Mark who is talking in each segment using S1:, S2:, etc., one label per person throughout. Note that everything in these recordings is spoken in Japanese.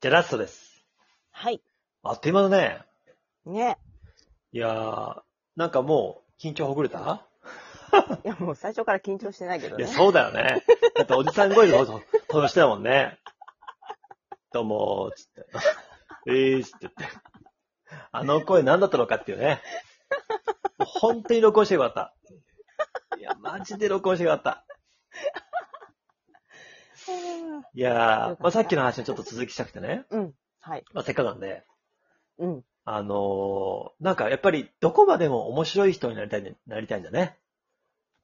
S1: じゃあラストです。
S2: はい。
S1: あっという間だね。
S2: ね。
S1: いやー、なんかもう、緊張ほぐれた
S2: いや、もう最初から緊張してないけど
S1: い
S2: ね
S1: や、。そうだよね。だっておじさん声で飛ばしてたもんね。どうもー、つって。 えー、つって言って。あの声何だったのかっていうね。本当に録音してよかった。いや、マジで録音してよかった。いやー、
S2: よかった
S1: まあ、さっきの話のちょっと続きしたくてね。
S2: うん。はい。
S1: まあ、せっかくなんで。
S2: うん。
S1: あのーなんかやっぱりどこまでも面白い人になりたいんだ、なりたいんだね。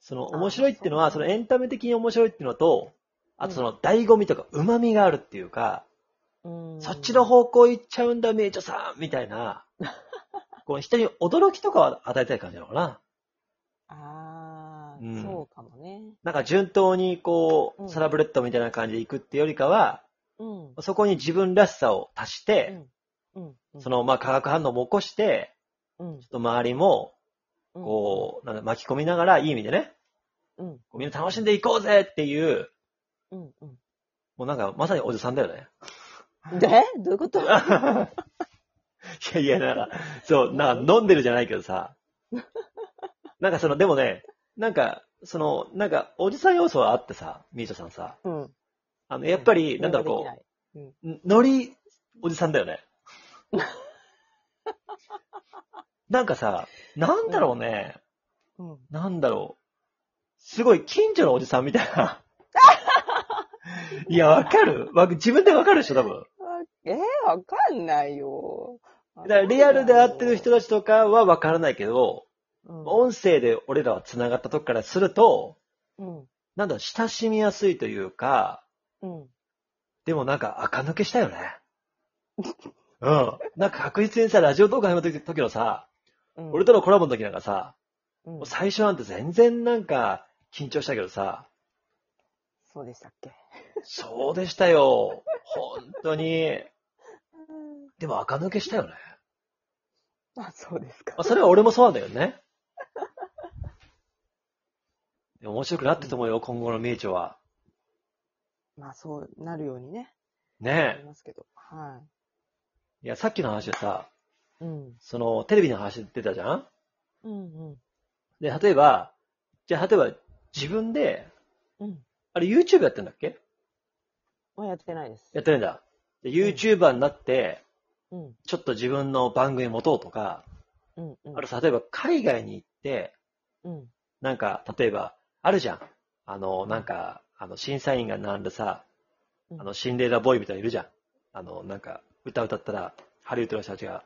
S1: その
S2: あ
S1: 面白いっていうのは、
S2: そ
S1: そうのエンタメ的に面白いっていうのと、あと
S2: うん
S1: その醍醐味とか旨味があるっていうか、
S2: うん
S1: そっちの方向行っちゃうんだ、名著さんみたい な、こう人に驚きとかを与えたい感じなのかな。
S2: ああ、
S1: うん
S2: そうかもね。
S1: なんか順当にこ
S2: うん
S1: う、サラブレッドみたいな感じで行くってよりかは、
S2: うん。う
S1: そこに自分らしさを足して、
S2: んうん。うん
S1: そ、のまあ化学反応も起こして、
S2: うん
S1: ちょっと周りも、
S2: うん
S1: こう、なんだ巻き込みながら、いい意味でね、
S2: うん。
S1: こうみんな楽しんでいこうぜっていう、
S2: うん。うん。
S1: もうなんかまさにおじさんだよ ね。
S2: でどうい うこと
S1: いやいや、なんか、そう、なんか飲んでるじゃないけどさ。なんかその、でもね、なんか、その、なんか、おじさん要素はあってさ、ミートさんさ。
S2: うん。
S1: あの、やっぱり、なんだろう、こう、んノリ、おじさんだよ ね。なんかさ、なんだろうね、
S2: う。うん。
S1: なんだろう。すごい近所のおじさんみたい な。いや、わかるわ自分でわかるでしょ、多分。
S2: あえー、わかんないよ。
S1: だからリアルで会ってる人たちとかはわからないけど、
S2: うん、
S1: 音声で俺らは繋がったとこからすると、
S2: うん。
S1: なんだろう、親しみやすいというか、
S2: うん。
S1: でもなんか垢抜けした よね。うん。なんか確実にさ、ラジオ動画の時時のさ、
S2: うん
S1: 俺、とのコラボの時なんかさ、
S2: うん
S1: もう最初なんて全然なんか緊張したけどさ、
S2: そうでしたっけ。
S1: そうでしたよ。本当に。でも垢抜けしたよね。
S2: あ、そうですか
S1: まあ、。それは俺もそうなんだよね。でも面白くなってると思うよ、今後の名著は。
S2: まあ、そうなるようにね。あり
S1: ね
S2: ますけど。は
S1: え。いや、さっきの話でさ、
S2: い。うん。
S1: その、テレビの話出たじゃん
S2: うんうん。
S1: で、例えば、じゃあ、例えば、自分で、
S2: うん。
S1: あれ YouTube やってんだっけ
S2: はやってないです。
S1: やってないんだ。で YouTuber になって、
S2: うん。
S1: ちょっと自分の番組持とうとか、
S2: うん。うん
S1: あとさ、例えば海外に行って、
S2: うん。
S1: なんか、例えば、あるじゃん。あの、なんか、あの、審査員が並んでさ、
S2: うん
S1: あの、シンデレラボーイみたいなのいるじゃん。あの、なんか、歌歌ったら、ハリウッドの人たちが、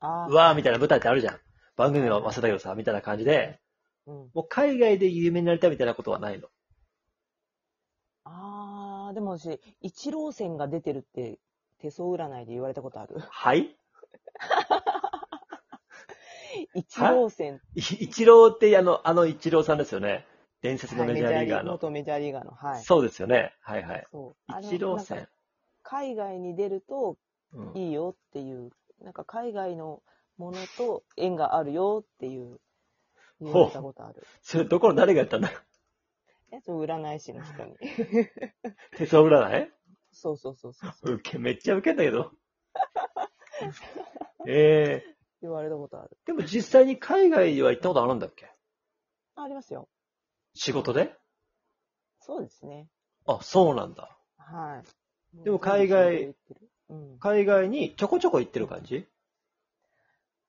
S2: あ
S1: うわーみたいな舞台ってあるじゃん。番組は忘れたけどさ、みたいな感じで、
S2: あ。うん。
S1: もう海外で有名になりたいみたいなことはないの。
S2: ああ、でも私、一郎線が出てるって、手相占いで言われたこ とある。
S1: はい
S2: 一郎 線。
S1: い一郎って、あの、あの一郎さんですよね。伝説の
S2: はい
S1: メジャーリーガーの。
S2: 元メジャーリーガーの。はい。
S1: そうですよね。はいはい。
S2: そう。あれ
S1: 一郎。
S2: なん
S1: 戦
S2: か。海外に出ると
S1: うん
S2: いいよっていう、なんか海外のものと縁があるよっていう、言われたことある。
S1: それ、どこの誰がやったんだ
S2: え、そう、占い師の人に。
S1: 手相占い
S2: そうそうそうそう。
S1: ウケ、めっちゃウケんだけ ど。ええ
S2: 言われたことある。
S1: でも実際に海外は行ったことあるんだっけ
S2: あありますよ。
S1: 仕事で
S2: そうですね。
S1: あ、そうなんだ。
S2: はい。
S1: でも海外
S2: 行ってる。うん。
S1: 海外にちょこちょこ行ってる感じ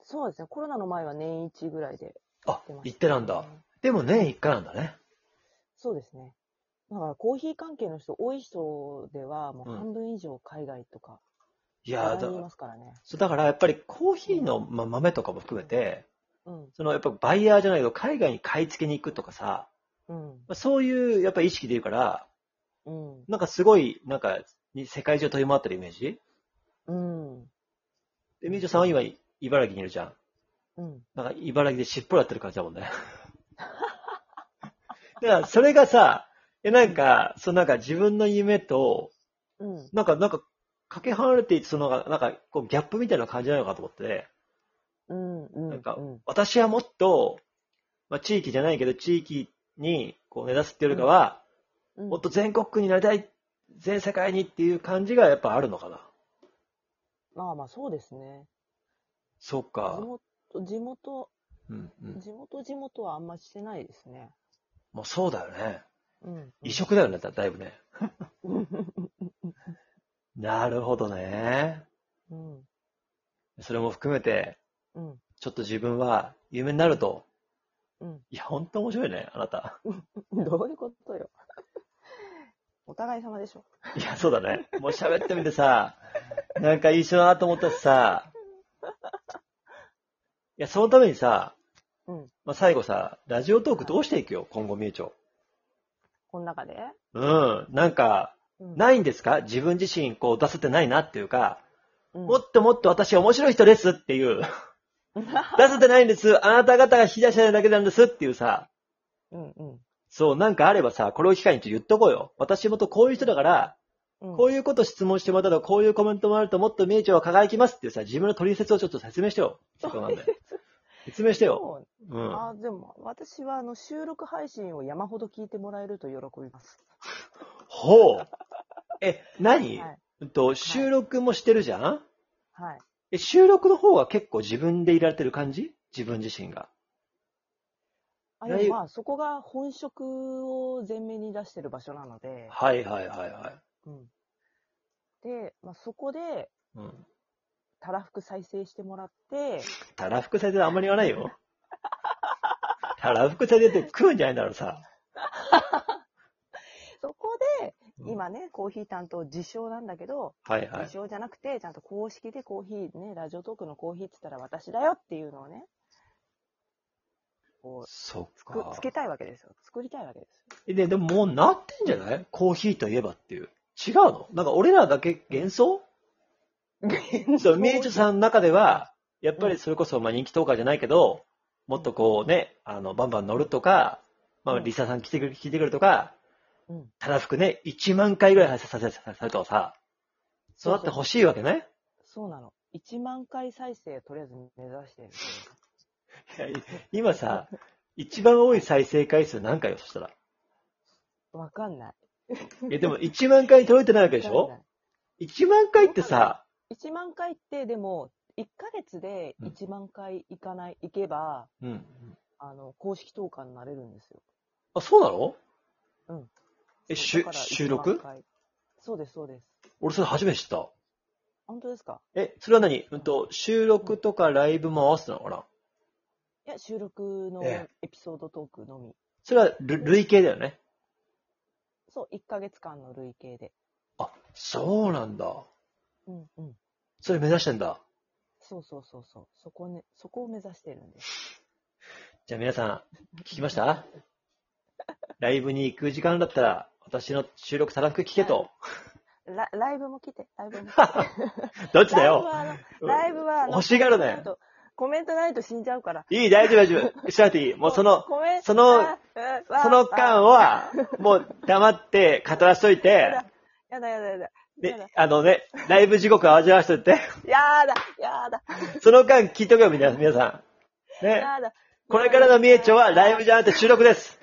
S2: そうですね。コロナの前は年一ぐらいで
S1: あ
S2: 出ました、、
S1: 行ってなんだ。。でも年1回なんだね。
S2: そうですね。だからコーヒー関係の人、多い人ではもう
S1: うん
S2: 半分以上海外とか、
S1: いやー
S2: 並んでい
S1: だ
S2: ま、すからね。
S1: そうだからやっぱりコーヒーの、ま、豆とかも含めて、
S2: うん。
S1: そのやっぱバイヤーじゃないけど、海外に買い付けに行くとかさ、
S2: うん。
S1: まあそういうやっぱ意識で言うから、
S2: うん。
S1: なんかすごい、なんか、に世界中飛び回ってるイメージ
S2: うん。
S1: で、みーちょさんは今、茨城にいるじゃん。
S2: うん。
S1: なんか茨城でしっぽりやってる感じだもんね。 だからそれがさ、え、なんか、そのなんか自分の夢と、
S2: うん。
S1: なんか、なんか、かけ離れていて、そのなんか、なんか、こう、ギャップみたいな感じなのかと思って、
S2: うん。うん。
S1: なんか
S2: うん。
S1: 私はもっと、まあ、地域じゃないけど、地域に、こう、目指すっていうよりかは、
S2: うん
S1: もっと全国区になりたい、全世界にっていう感じがやっぱあるのかな。
S2: まあまあ、そうですね。
S1: そっ
S2: 地
S1: か。
S2: 元、地元、
S1: うんうん。
S2: 地元、地元はあんましてないですね。
S1: もうそうだよね。
S2: うん。
S1: 異 色だよね、だだいぶね。なるほどね。
S2: うん。
S1: それも含めて、
S2: うん。
S1: ちょっと自分は有名になると、
S2: うん。
S1: いや、ほんと面白いね、あなた。
S2: どういうことよ。お互い様でしょ。
S1: いや、そうだね。もう喋ってみてさ、なんか一緒だなと思ったしさ、いや、そのためにさ、
S2: うん。
S1: まあ、最後さ、ラジオトークどうしていくよ、今後、みゆちょ。
S2: この中で。
S1: うん、なんか、
S2: うん、
S1: ないんですか自分自身こう出せてないなっていうか、
S2: うん
S1: もっともっと私面白い人ですっていう、出せてないんです、あなた方が引き出してないだけなんですっていうさ、
S2: うんうん。
S1: そう、なんかあればさ、これを機会にちょっと言っとこうよ。私もとこういう人だから、
S2: うん
S1: こういうこと質問してもらったら、こういうコメントもあるともっと名著は輝きますっていうさ、自分の取説をちょっと説明してよ。そこなんで。説明してよ。
S2: そう
S1: うん。
S2: あでも私はあの収録配信を山ほど聞いてもらえると喜びます。
S1: ほう。え、何、
S2: はい
S1: うんと、収録もしてるじゃん、
S2: はい。
S1: え、収録の方は結構自分でいられてる感じ自分自身が。
S2: あ
S1: ライ
S2: でもまあそこが本職を前面に出してる場所なので、
S1: はいはいはいは
S2: うん、で、まあ、そこで
S1: い。うん。
S2: たらふく再生してもらって、
S1: たらふくされてあんまり言わない よ。たらふくされて食うんじゃないんだろうさ。
S2: そこで
S1: うん。
S2: 今ね、コーヒー担当自称なんだけど、
S1: はいはい
S2: 自。称じゃなくて、ちゃんと公式でコーヒーね、ラジオトークのコーヒーって言ったら私だよっていうのをね、こう
S1: そっ
S2: つく
S1: か。
S2: つけたいわけですよ。作りたいわけですよ。
S1: えで、でももうなってんじゃないコーヒーといえばっていう。違うのなんか俺らだけ幻想 そう、みえちょさんの中では、やっぱりそれこそ、まあ人気トーカーじゃないけど、もっとこうね、あの、バンバン乗るとか、まあ
S2: うん
S1: リサさん来てくる、聞いてくるとか、
S2: うん
S1: ただ服ね、1万回ぐらい発射させ、されたらさ、育ってほしいわけね。
S2: そうなの。1万回再生、とりあえず目指してる。
S1: いや今さ、一番多い再生回数何回よ、そした ら。
S2: わかんない。
S1: え、でも1万回届いてないわけでし
S2: わか
S1: ょ
S2: んない
S1: ?1 万回ってさ、
S2: 1万回って、でも、1ヶ月で1万回いかない、いけば、
S1: うん。
S2: あの、公式投下になれるんですよ。
S1: あ、そうなのえ
S2: そう
S1: しゅ
S2: だから
S1: 収録
S2: 1万回そうです、そうです。
S1: 俺それ初めて知った。
S2: 本当ですか
S1: え、それは何うんと、収録とかライブも合わせてなのかない
S2: や、収録の
S1: え
S2: エピソードトークのみ。
S1: それはる累計だよね。
S2: そう、1ヶ月間の累計で。
S1: あ、そうなんだ。
S2: うんうん。
S1: それ目指してんだ。
S2: そうそうそうそう。そこね、そこを目指してるんです。
S1: じゃあ皆さん、聞きま したライブに行く時間だったら、私の収録たらふく聞けと。
S2: ラライブも来て、ライブも来て。
S1: どっちだ
S2: ライ
S1: よ
S2: ブはあの、ライブはあの、
S1: 欲しがるね
S2: コメントないと。コメントないと死んじゃうから。
S1: いい、大丈夫、大丈 夫。しなくていい。もうその、
S2: コメント
S1: その
S2: あうわ
S1: その間は、もう黙って語らしとい て、
S2: やだやだやだ。
S1: で
S2: やだ、
S1: あのね、ライブ時刻味わわしといて、
S2: やだや だ
S1: その間聞いとけよ、皆皆さん。ね。
S2: やだ。
S1: これからの三重町はライブじゃなくて収録です。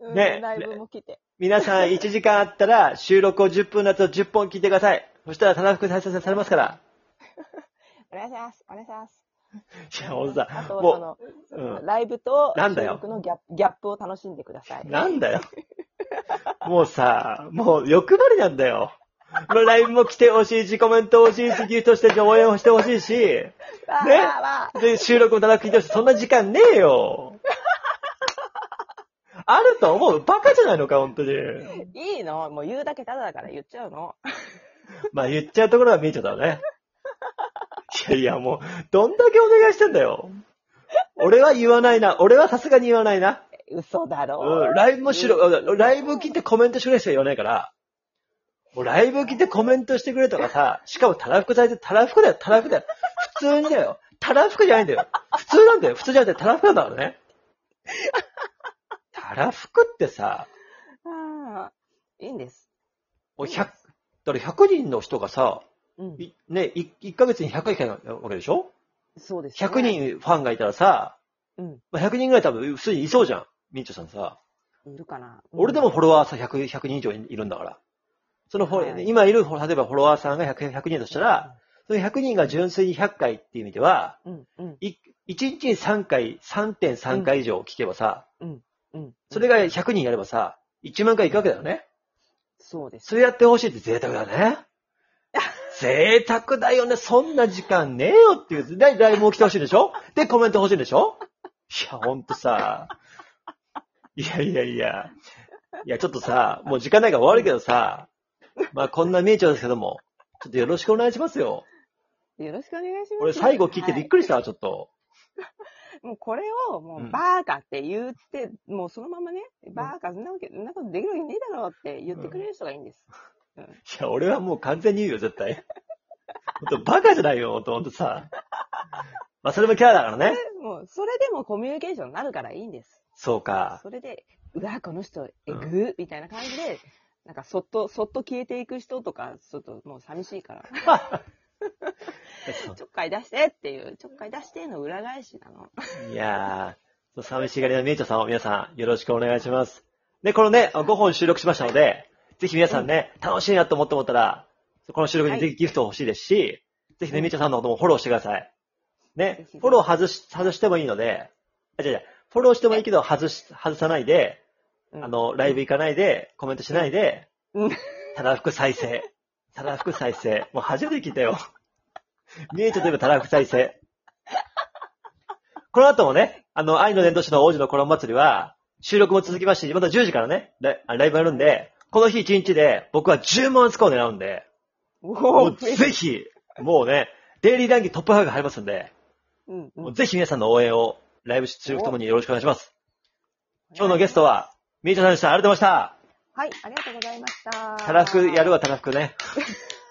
S2: うん
S1: ね
S2: ライブも来て。
S1: 皆さん1時間あったら収録を10分だと10本聞いてください。そしたらただふく再生されますから。
S2: お願いします。お願いします。
S1: いや、ほんと
S2: あ
S1: さ、
S2: と、そ
S1: もう、
S2: の、
S1: うん。
S2: ライブと
S1: なんだよ
S2: 収録のギャップギャップを楽しんでください。
S1: なんだよ。もうさ、もう欲張りなんだよ。もう LINE も来てほしいし、コメント欲しいし、ギフトして応援をしてほしいし、で、
S2: わあ
S1: ね
S2: わあわあ
S1: 収録もただ聞いてほしい。そんな時間ねえよ。あると思うバカじゃないのか、本当に。
S2: いいのもう言うだけただだから言っちゃうの。
S1: まあ言っちゃうところは見えちゃったわね。いやいや、もう、どんだけお願いしてんだよ。俺は言わないな。俺はさすがに言わないな。
S2: 嘘だろ。
S1: うん、ライブもしろ、うんライブ来てコメントしてくれしか言わないから。もうライブ来てコメントしてくれとか さ、しかもたらふくされて、たらふくだよ、たらふくだよ。普通にだよ。たらふくじゃないんだよ。普通なんだよ。普通じゃなくてたらふくなんだから ね。たらふくってさ、
S2: あーいいんです。
S1: もう100、だから100人の人がさ、
S2: うん。
S1: いね、い1ヶ月に100回来たわけでしょ
S2: そうです、ね。
S1: 100。人ファンがいたらさ、
S2: うん。
S1: まあ100人ぐらい多分普通にいそうじゃん。みーちょさんさ。
S2: いるかな。
S1: 俺でもフォロワーさ100、100人以上いるんだから。そのフォロ
S2: はい
S1: 今いる、例えばフォロワーさんが100、100人だとしたら、その100人が純粋に100回っていう意味では、
S2: うん、うん、
S1: い1日に3回、3.3回以上聞けばさ、
S2: うん。
S1: それ
S2: が、
S1: が100人やればさ、1万回いくわけだよね。
S2: そうです。
S1: それやってほしいって贅沢だね。贅沢だよね。そんな時間ねえよっていう。で、ライブも来てほしいんでしょで、コメント欲しいんでしょいや、ほんとさ。いやいやいや。いや、ちょっとさ、もう時間ないから終わるけどさ。まあ、こんな見えちゃうんですけども。ちょっとよろしくお願いしますよ。
S2: よろしくお願いします。
S1: 俺最後聞いてびっくりしたわ、ちょっと。
S2: もうこれを、も
S1: う
S2: う、
S1: ん
S2: バーカって言って、もうそのままね、
S1: ん
S2: バーカ、そんなわけ、そんなことできるわけねえだろうって言ってくれる人がいいんです。
S1: いや、俺はもう完全に言うよ、絶対。ほんと、バカじゃないよ、ほんとほんとさ。まあ、それもキャラだからね。
S2: もう、それでもコミュニケーションになるからいいんです。
S1: そうか。
S2: それで、うわ、この人、えぐ
S1: うん
S2: ー、みたいな感じで、なんか、そっと、そっと消えていく人とか、ちょっともう寂しいから、ちょっかい出してっていう、ちょっかい出しての裏返しなの。
S1: いやー、寂しがりのみえちゃさんを皆さんよろしくお願いします。で、このね、5本収録しましたので、ぜひ皆さんね、楽しいなと思ってもらったら、この収録にぜひギフト欲しいですし、ぜひね、みえちゃさんのこともフォローしてください。
S2: ぜ
S1: ね
S2: ひぜひ、
S1: フォロー外し、外してもいいので、あ、違う違う、フォローしてもいいけど、外し、外さないで、
S2: うん
S1: あ、の、ライブ行かないで、コメントしないで
S2: うん、
S1: ただふく再生。ただふく再生。もう初めて聞いたよ。見えちゃってばただふく再生。この後もね、あの、愛の伝道師の王子のコラボ祭りは、収録も続きますし、また10時からね、ライあライブやるんで、この日1日で僕は10万スコアを狙うんで、も
S2: お
S1: う
S2: ー増え
S1: ぜひ、もうね、デイリーランキングトップ5が入りますんで、
S2: うんう
S1: も
S2: ん
S1: うぜひ皆さんの応援を、ライブ収録ともによろしくお願いします。今日のゲストは、みえちゃさんでした。ありがとうございました。
S2: はい、ありがとうございました。
S1: たらふくやるわ、たらふくね。